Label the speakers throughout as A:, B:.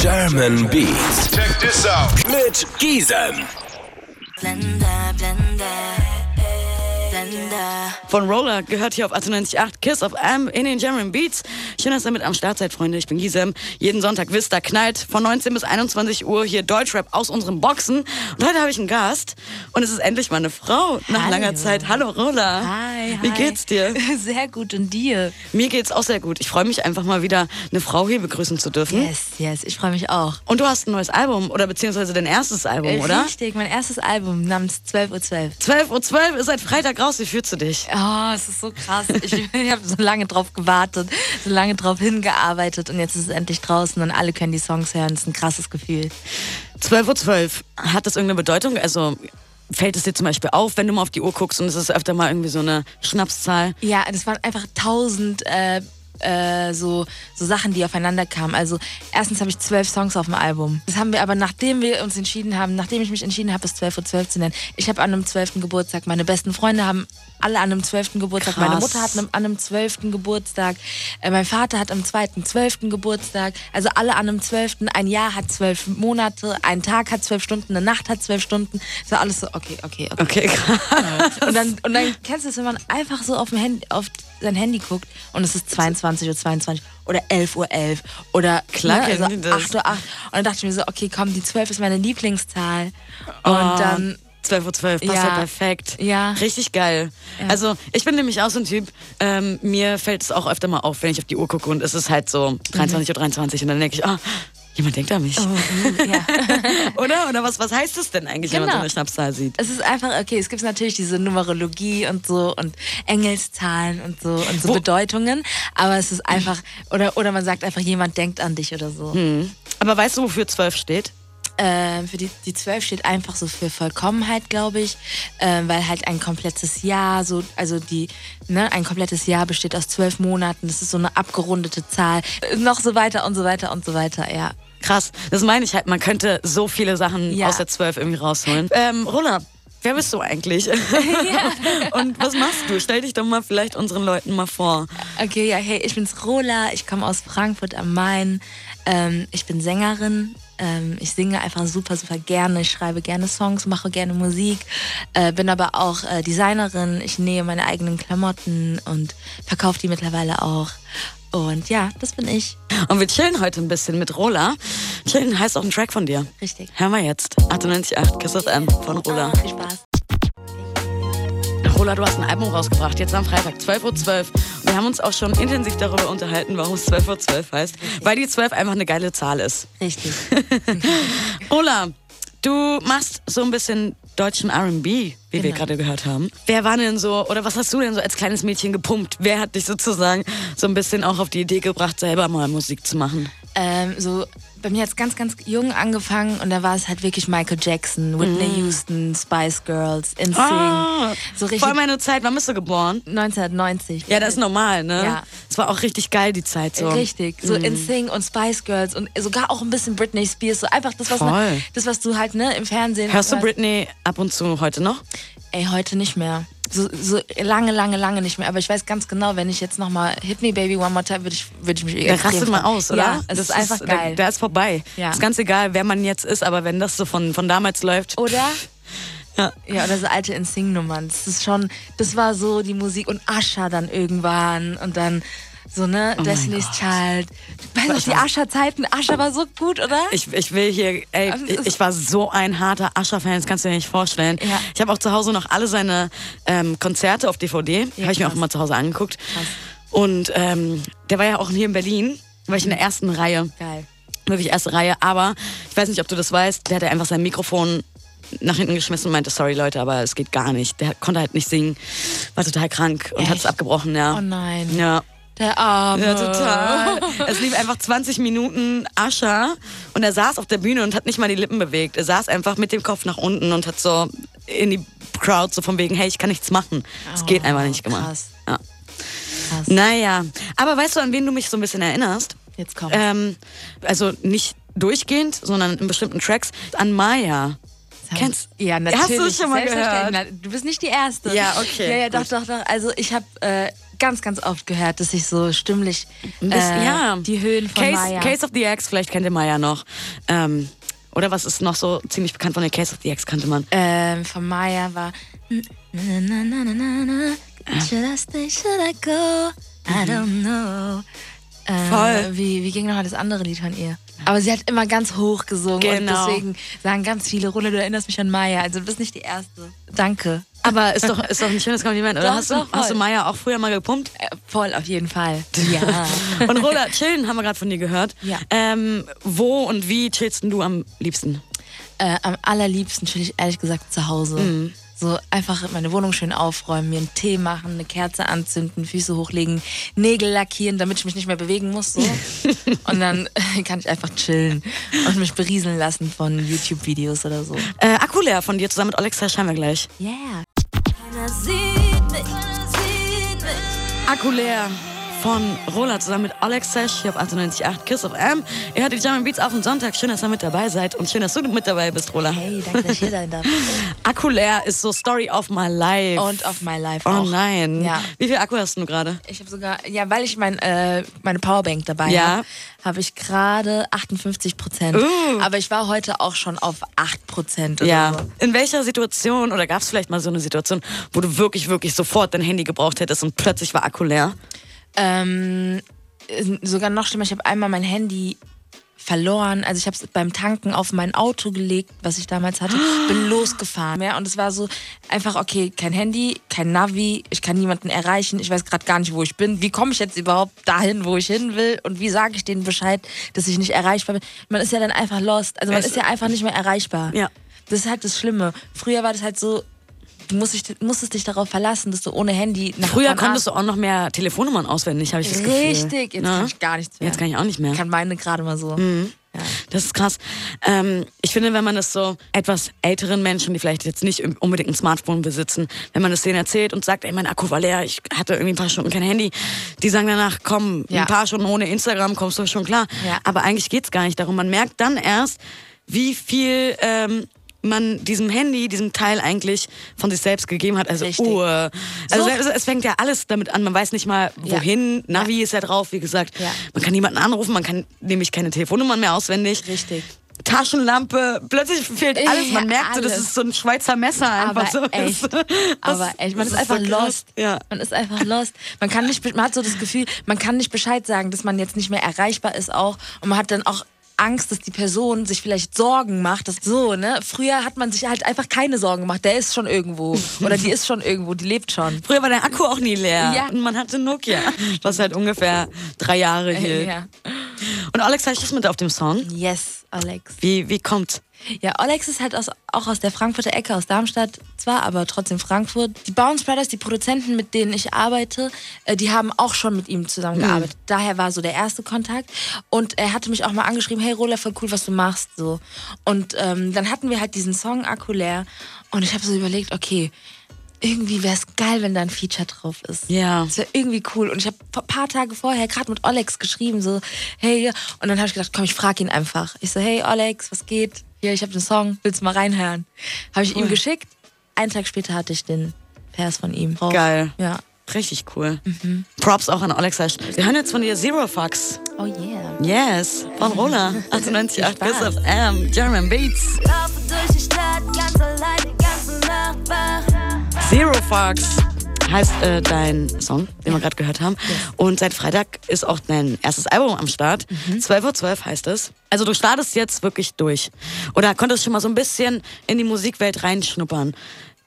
A: German Beats
B: Check this out.
A: mit Gisem.
C: Blender, Blender, Blender.
D: von Roller gehört hier auf 98.8 Kiss of M in den German Beats. Schön, dass ihr mit am Start seid, Freunde. Ich bin Gisem. Jeden Sonntag wisst, da knallt von 19 bis 21 Uhr hier Deutschrap aus unseren Boxen. Und heute habe ich einen Gast und es ist endlich mal eine Frau nach
E: Hallo.
D: langer Zeit. Hallo Roller.
E: Hi, hi.
D: Wie geht's dir?
E: Sehr gut und dir?
D: Mir geht's auch sehr gut. Ich freue mich einfach mal wieder, eine Frau hier begrüßen zu dürfen.
E: Yes, yes, ich freue mich auch.
D: Und du hast ein neues Album oder beziehungsweise dein erstes
E: Äh,
D: Album, oder?
E: Richtig, mein erstes Album namens 12.12 Uhr. 12.
D: 12.12 Uhr 12 ist seit Freitag raus. Wie fühlst du dich?
E: Oh, es ist so krass. Ich, ich habe so lange drauf gewartet, so lange drauf hingearbeitet und jetzt ist es endlich draußen und alle können die Songs hören. Es ist ein krasses Gefühl.
D: 12.12 Uhr, 12. hat das irgendeine Bedeutung? Also fällt es dir zum Beispiel auf, wenn du mal auf die Uhr guckst und es ist öfter mal irgendwie so eine Schnapszahl?
E: Ja, das waren einfach tausend äh, äh, so, so Sachen, die aufeinander kamen. Also erstens habe ich zwölf Songs auf dem Album. Das haben wir aber, nachdem wir uns entschieden haben, nachdem ich mich entschieden habe, es 12 Uhr 12 zu nennen. Ich habe an einem 12. Geburtstag, meine besten Freunde haben alle an einem 12. Geburtstag,
D: Krass.
E: meine Mutter hat an einem 12. Geburtstag, äh, mein Vater hat am 2. 12. Geburtstag, also alle an einem 12. Ein Jahr hat zwölf Monate, ein Tag hat zwölf Stunden, eine Nacht hat zwölf Stunden. Es war alles so, okay, okay, okay.
D: Okay, krass.
E: Und dann, und dann kennst du es, wenn man einfach so auf, dem Handy, auf sein Handy guckt und es ist 22.22 Uhr 22 oder 11.11 Uhr 11 oder
D: Klar
E: also
D: kennen die das.
E: 8 Uhr 8. Und dann dachte ich mir so, okay, komm, die 12 ist meine Lieblingszahl. Und
D: Oh,
E: dann,
D: 12.12 Uhr, 12, passt ja.
E: Ja.
D: perfekt.
E: Ja.
D: Richtig geil. Also, ich bin nämlich auch so ein Typ, ähm, mir fällt es auch öfter mal auf, wenn ich auf die Uhr gucke und es ist halt so 23.23 Uhr 23 und dann denke ich, ah, jemand denkt an mich.
E: Oh, ja.
D: Oder? Oder was, was heißt es denn eigentlich, wenn man so
E: Genau.
D: eine Schnapszahl sieht?
E: Es ist einfach, okay, es gibt natürlich diese Numerologie und so und Engelszahlen und so und so Bedeutungen, aber es
D: Mhm.
E: ist einfach, oder, oder man sagt einfach, jemand denkt an dich oder so.
D: Aber weißt du, wofür 12 steht?
E: Ähm, für die, die 12 steht einfach so für Vollkommenheit, glaube ich, ähm, weil halt ein komplettes Jahr, so, also die, ne, ein komplettes Jahr besteht aus zwölf Monaten, das ist so eine abgerundete Zahl, äh, noch so weiter und so weiter und so weiter, ja.
D: Krass, das meine ich halt. Man könnte so viele Sachen
E: Ja.
D: aus der 12 irgendwie rausholen. Ähm, Rola, wer bist du eigentlich? Und was machst du? Stell dich doch mal vielleicht unseren Leuten mal vor.
E: Okay, ja, hey, ich bin's Rola, ich komme aus Frankfurt am Main, ähm, ich bin Sängerin, ähm, ich singe einfach super, super gerne, ich schreibe gerne Songs, mache gerne Musik, äh, bin aber auch äh, Designerin, ich nähe meine eigenen Klamotten und verkaufe die mittlerweile auch. Und ja, das bin ich.
D: Und wir chillen heute ein bisschen mit Rola. Chillen heißt auch ein Track von dir.
E: Richtig.
D: Hör mal jetzt. 98.8 Kiss FM von Rola.
E: Viel Spaß.
D: Rola, du hast ein Album rausgebracht, jetzt am Freitag, 12.12 Uhr. Wir haben uns auch schon intensiv darüber unterhalten, warum es 12.12 Uhr heißt. Weil die 12 einfach eine geile Zahl ist.
E: Richtig.
D: Ola, du machst so ein bisschen deutschen RB, wie wir
E: Genau.
D: gerade gehört haben. Wer war denn so, oder was hast du denn so als kleines Mädchen gepumpt? Wer hat dich sozusagen so ein bisschen auch auf die Idee gebracht, selber mal Musik zu machen?
E: ähm, so, bei mir hat es ganz, ganz jung angefangen und da war es halt wirklich Michael Jackson, Whitney
D: Mhm.
E: Houston, Spice Girls, InSync. Ah,
D: Ah.
E: so richtig
D: Vor meine Zeit, wann bist du geboren?
E: 1990.
D: Ja, das ist normal, ne?
E: Ja.
D: Es war auch richtig geil, die Zeit so. mm.
E: Richtig, so InSync und Spice Girls und sogar auch ein bisschen Britney Spears, so einfach das, was,
D: Voll.
E: das, was du halt ne, im Fernsehen
D: Hörst du
E: hörst.
D: Britney ab und zu heute noch?
E: Ey, heute nicht mehr. So, so lange, lange, lange nicht mehr. Aber ich weiß ganz genau, wenn ich jetzt nochmal Hit Me Baby One More Time, würde ich, würd ich mich
D: Da
E: extrem
D: rastet man
E: freuen.
D: aus, oder?
E: Ja, es ist einfach geil.
D: Da, da ist vorbei.
E: Ja.
D: Ist ganz egal, wer man jetzt ist, aber wenn das so von, von damals läuft.
E: oder?
D: Ja.
E: Ja, oder so alte NSYNC-Nummern. Das ist schon, das war so die Musik und Asha dann irgendwann und dann so,
D: Oh
E: ne, Destiny's Child. Weißt du, noch, die Asha-Zeiten, Asha war so gut, oder?
D: Ich, ich will hier, ey,
E: Ähm,
D: ich,
E: es-
D: ich war so ein harter Ascher-Fan, das kannst du dir nicht vorstellen.
E: Ja.
D: Ich habe auch zu Hause noch alle seine ähm, Konzerte auf DVD,
E: Ja,
D: habe ich mir auch
E: krass.
D: immer zu Hause angeguckt. Und ähm, der war ja auch hier in Berlin, war ich in der
E: Mhm.
D: ersten Reihe,
E: Geil.
D: wirklich erste Reihe, aber ich weiß nicht, ob du das weißt, der hat ja einfach sein Mikrofon nach hinten geschmissen und meinte, sorry Leute, aber es geht gar nicht. Der konnte halt nicht singen, war total krank und hat es
E: Echt?
D: abgebrochen, ja.
E: Oh nein.
D: Ja,
E: Der Arme.
D: ja, total. Es lief einfach 20 Minuten Ascher und er saß auf der Bühne und hat nicht mal die Lippen bewegt. Er saß einfach mit dem Kopf nach unten und hat so in die Crowd so von wegen, hey, ich kann nichts machen. Es geht
E: Oh,
D: einfach nicht gemacht.
E: krass.
D: Ja.
E: Krass.
D: Naja, aber weißt du, an wen du mich so ein bisschen erinnerst?
E: Jetzt kommt's.
D: Ähm, also nicht durchgehend, sondern in bestimmten Tracks. An Maya. Kennst
E: Ja, natürlich.
D: Hast du es schon mal
E: Selbstverständlich.
D: gehört?
E: Na, Du bist nicht die Erste.
D: Ja, okay,
E: Ja, ja, doch,
D: gut.
E: doch, doch. Also ich habe äh, ganz, ganz oft gehört, dass ich so stimmlich
D: Ein bisschen,
E: äh,
D: ja.
E: die Höhen von
D: Case,
E: Maya.
D: Case of the X, vielleicht kennt ihr Maya noch. Ähm, oder was ist noch so ziemlich bekannt von der Case of the X, kannte man.
E: ähm, von Maya war na, na, na, na, na, na. Should I stay, should I go? I don't know. Ähm,
D: Voll.
E: Wie, wie ging noch das andere Lied von ihr? Aber sie hat immer ganz hoch gesungen
D: Genau.
E: und deswegen sagen ganz viele, Rola, du erinnerst mich an Maya. Also du bist nicht die Erste. Danke.
D: Aber ist doch, ist doch ein schönes Kompliment, oder?
E: Doch,
D: hast, du,
E: doch,
D: hast du
E: voll.
D: Maya auch früher mal gepumpt?
E: Äh, voll, auf jeden Fall. Ja.
D: Und Rola, chillen haben wir gerade von dir gehört.
E: Ja.
D: Ähm, wo und wie chillst denn du am liebsten?
E: äh, am allerliebsten chill ich ehrlich gesagt zu Hause. So einfach meine Wohnung schön aufräumen, mir einen Tee machen, eine Kerze anzünden, Füße hochlegen, Nägel lackieren, damit ich mich nicht mehr bewegen muss. So. Und dann äh, kann ich einfach chillen und mich berieseln lassen von YouTube-Videos oder so.
D: Äh, Akku leer von dir zusammen mit Alexa, schauen wir gleich.
E: Yeah.
C: Keiner sieht mich, keiner sieht mich.
D: Akku leer von Rola zusammen mit Alex Sesh hier auf 98.8 Kiss of M. Ihr hört die German Beats auf dem Sonntag. Schön, dass ihr mit dabei seid und schön, dass du mit dabei bist, Rola.
E: Hey, danke, dass ich hier sein darf.
D: Akku leer ist so Story of my life.
E: Und auf my life
D: oh
E: auch.
D: nein.
E: Ja.
D: Wie viel Akku hast du gerade?
E: Ich habe sogar, ja, weil ich mein, äh, meine Powerbank dabei
D: Ja.
E: habe, habe ich gerade 58 Prozent. Aber ich war heute auch schon auf 8 Prozent.
D: Uh. Ja.
E: So.
D: Also, In welcher Situation oder gab es vielleicht mal so eine Situation, wo du wirklich, wirklich sofort dein Handy gebraucht hättest und plötzlich war Akku leer?
E: Ähm, sogar noch schlimmer, ich habe einmal mein Handy verloren. Also ich habe es beim Tanken auf mein Auto gelegt, was ich damals hatte, bin losgefahren. Ja, und es war so einfach, okay, kein Handy, kein Navi, ich kann niemanden erreichen, ich weiß gerade gar nicht, wo ich bin. Wie komme ich jetzt überhaupt dahin, wo ich hin will? Und wie sage ich denen Bescheid, dass ich nicht erreichbar bin? Man ist ja dann einfach lost. Also man
D: Es-
E: ist ja einfach nicht mehr erreichbar.
D: Ja.
E: Das ist halt das Schlimme. Früher war das halt so, du musst dich, musstest dich darauf verlassen, dass du ohne Handy nach
D: Früher
E: von A
D: konntest du auch noch mehr Telefonnummern auswendig, habe ich das Gefühl.
E: Richtig, jetzt
D: Na?
E: kann ich gar nichts mehr.
D: Jetzt kann ich auch nicht mehr. Mhm.
E: Ich kann meine gerade mal so.
D: Das ist krass. Ähm, ich finde, wenn man das so etwas älteren Menschen, die vielleicht jetzt nicht unbedingt ein Smartphone besitzen, wenn man das denen erzählt und sagt, ey, mein Akku war leer, ich hatte irgendwie ein paar Stunden kein Handy, die sagen danach, komm,
E: Ja.
D: ein paar Stunden ohne Instagram kommst du schon klar.
E: Ja.
D: Aber eigentlich geht's gar nicht darum. Man merkt dann erst, wie viel ähm, man diesem Handy, diesem Teil eigentlich von sich selbst gegeben hat. Also
E: Richtig.
D: Uhr. Also
E: So-
D: es- es fängt ja alles damit an. Man weiß nicht mal,
E: Ja.
D: wohin. Navi ist ja drauf, wie gesagt.
E: Ja.
D: Man kann niemanden anrufen, man kann nämlich keine Telefonnummern mehr auswendig.
E: Richtig.
D: Taschenlampe, plötzlich fehlt alles. Man
E: Ja,
D: merkt so, das
E: alles.
D: ist so ein Schweizer Messer einfach
E: Aber
D: so.
E: echt,
D: Das-
E: aber echt, man
D: das
E: ist einfach
D: so krass.
E: lost.
D: Ja.
E: Man ist einfach lost. Man kann nicht, man hat so das Gefühl, man kann nicht Bescheid sagen, dass man jetzt nicht mehr erreichbar ist auch. Und man hat dann auch Angst, dass die Person sich vielleicht Sorgen macht. Das so, ne? Früher hat man sich halt einfach keine Sorgen gemacht. Der ist schon irgendwo. Oder die ist schon irgendwo, die lebt schon.
D: Früher war der Akku auch nie leer.
E: Ja.
D: Und man hatte Nokia, was halt ungefähr drei Jahre hielt.
E: Äh, Ja.
D: Und Alex, hast du das mit auf dem Song?
E: Yes, Alex.
D: Wie, wie kommt's?
E: Ja, Olex ist halt aus, auch aus der Frankfurter Ecke, aus Darmstadt zwar, aber trotzdem Frankfurt. Die Bounce Brothers, die Produzenten, mit denen ich arbeite, äh, die haben auch schon mit ihm zusammengearbeitet. Daher war so der erste Kontakt. Und er hatte mich auch mal angeschrieben, hey Rola, voll cool, was du machst. so. Und ähm, dann hatten wir halt diesen Song Akulär und ich habe so überlegt, okay, irgendwie wäre es geil, wenn da ein Feature drauf ist.
D: Ja.
E: Das wäre irgendwie cool. Und ich habe ein paar Tage vorher gerade mit Olex geschrieben, so, hey, ja. und dann habe ich gedacht, komm, ich frage ihn einfach. Ich so, hey, Olex, was geht? Hier, ich habe den Song, willst du mal reinhören? Habe ich ihm geschickt. Einen Tag später hatte ich den Vers von ihm. drauf.
D: Geil.
E: Ja.
D: Richtig cool. Props auch an Alex. Wir hören jetzt von dir Zero Fucks.
E: Oh yeah.
D: Yes, von Rola. 98.8
E: Viel
D: Kiss
E: Spaß.
D: of M. German Beats.
C: Laufe durch die Stadt, ganz allein, die ganze Nacht wach.
D: Zero Fox heißt äh, dein Song, den wir gerade gehört haben. Und seit Freitag ist auch dein erstes Album am Start. 12.12 Uhr heißt es. Also du startest jetzt wirklich durch. Oder konntest schon mal so ein bisschen in die Musikwelt reinschnuppern?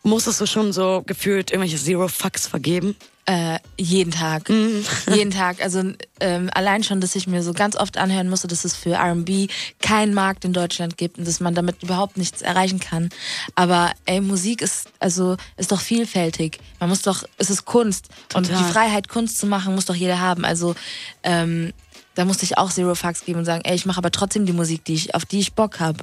D: Musstest du schon so gefühlt irgendwelche Zero Fucks vergeben?
E: Äh, jeden Tag.
D: Mhm.
E: jeden Tag. Also ähm, allein schon, dass ich mir so ganz oft anhören musste, dass es für RB keinen Markt in Deutschland gibt und dass man damit überhaupt nichts erreichen kann. Aber ey, Musik ist, also, ist doch vielfältig. Man muss doch, es ist Kunst. Und
D: Total.
E: die Freiheit, Kunst zu machen, muss doch jeder haben. Also ähm, da musste ich auch Zero Fucks geben und sagen, ey, ich mache aber trotzdem die Musik, die ich, auf die ich Bock habe.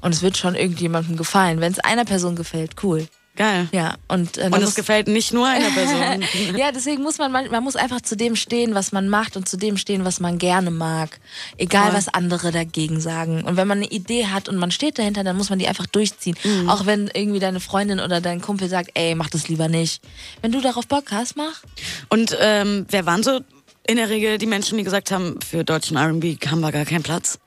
E: Und es wird schon irgendjemandem gefallen. Wenn es einer Person gefällt, cool.
D: Geil.
E: Ja, und, äh,
D: Und
E: dann
D: es
E: muss-
D: gefällt nicht nur einer Person.
E: ja, deswegen muss man, man man muss einfach zu dem stehen, was man macht und zu dem stehen, was man gerne mag. Egal,
D: Voll.
E: was andere dagegen sagen. Und wenn man eine Idee hat und man steht dahinter, dann muss man die einfach durchziehen. Auch wenn irgendwie deine Freundin oder dein Kumpel sagt, ey, mach das lieber nicht. Wenn du darauf Bock hast, mach.
D: Und ähm, wer waren so in der Regel die Menschen, die gesagt haben, für deutschen RB haben wir gar keinen Platz?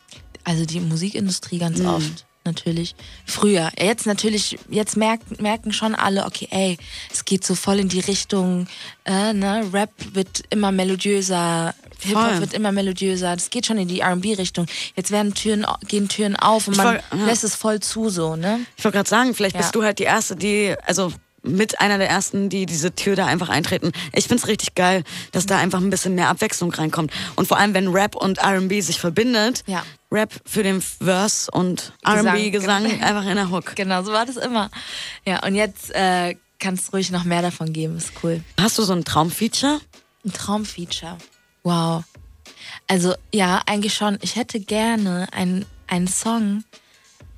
E: Also die Musikindustrie ganz oft. Natürlich. Früher. Jetzt natürlich, jetzt merken, merken schon alle, okay, ey, es geht so voll in die Richtung, äh, ne, Rap wird immer melodiöser,
D: Voll.
E: Hip-Hop wird immer melodiöser, das geht schon in die RB-Richtung. Jetzt werden Türen, gehen Türen auf und
D: Ich
E: man
D: wollt- ja.
E: lässt es voll zu, so, ne?
D: Ich wollte gerade sagen, vielleicht
E: Ja.
D: bist du halt die Erste, die, also mit einer der Ersten, die diese Tür da einfach eintreten. Ich find's richtig geil, dass da einfach ein bisschen mehr Abwechslung reinkommt. Und vor allem, wenn Rap und R&B sich verbindet,
E: Ja.
D: Rap für den Verse und
E: Gesang,
D: R&B, Gesang,
E: genau.
D: einfach in der Hook.
E: Genau, so war das immer. Ja, und jetzt äh, kann es ruhig noch mehr davon geben, ist cool.
D: Hast du so ein Traumfeature?
E: Ein Traumfeature. Wow. Also ja, eigentlich schon. Ich hätte gerne einen, einen Song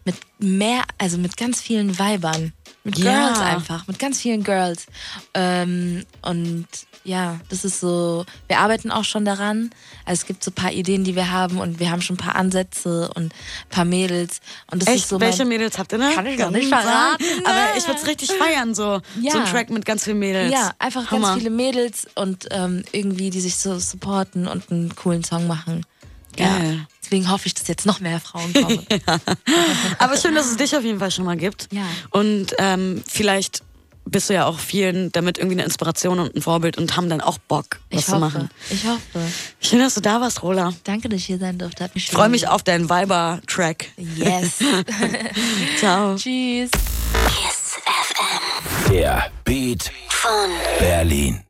E: mit mehr, also mit ganz vielen Weibern. Mit
D: Ja.
E: Girls einfach, mit ganz vielen Girls. Ähm, und ja, das ist so, wir arbeiten auch schon daran. Also es gibt so ein paar Ideen, die wir haben und wir haben schon ein paar Ansätze und ein paar Mädels. Und das ist
D: Echt?
E: so mein-
D: Welche Mädels habt ihr da?
E: Kann ich noch nicht
D: sagen,
E: verraten, ne?
D: Aber ich würde es richtig feiern, so.
E: Ja.
D: so ein Track mit ganz vielen Mädels.
E: Ja, einfach
D: Hammer.
E: ganz viele Mädels und ähm, irgendwie, die sich so supporten und einen coolen Song machen.
D: Geil.
E: Ja. Deswegen hoffe ich, dass jetzt noch mehr Frauen kommen.
D: Aber schön, dass es dich auf jeden Fall schon mal gibt.
E: Ja.
D: Und ähm, vielleicht bist du ja auch vielen damit irgendwie eine Inspiration und ein Vorbild und haben dann auch Bock, was
E: ich
D: zu
E: hoffe.
D: machen.
E: Ich hoffe.
D: Schön, dass du da warst, Rola.
E: Danke, dass ich hier sein durfte. Hat mich
D: Ich freue mich auf deinen Viber-Track.
E: Yes.
D: Ciao.
E: Tschüss.
A: Der Beat von Berlin.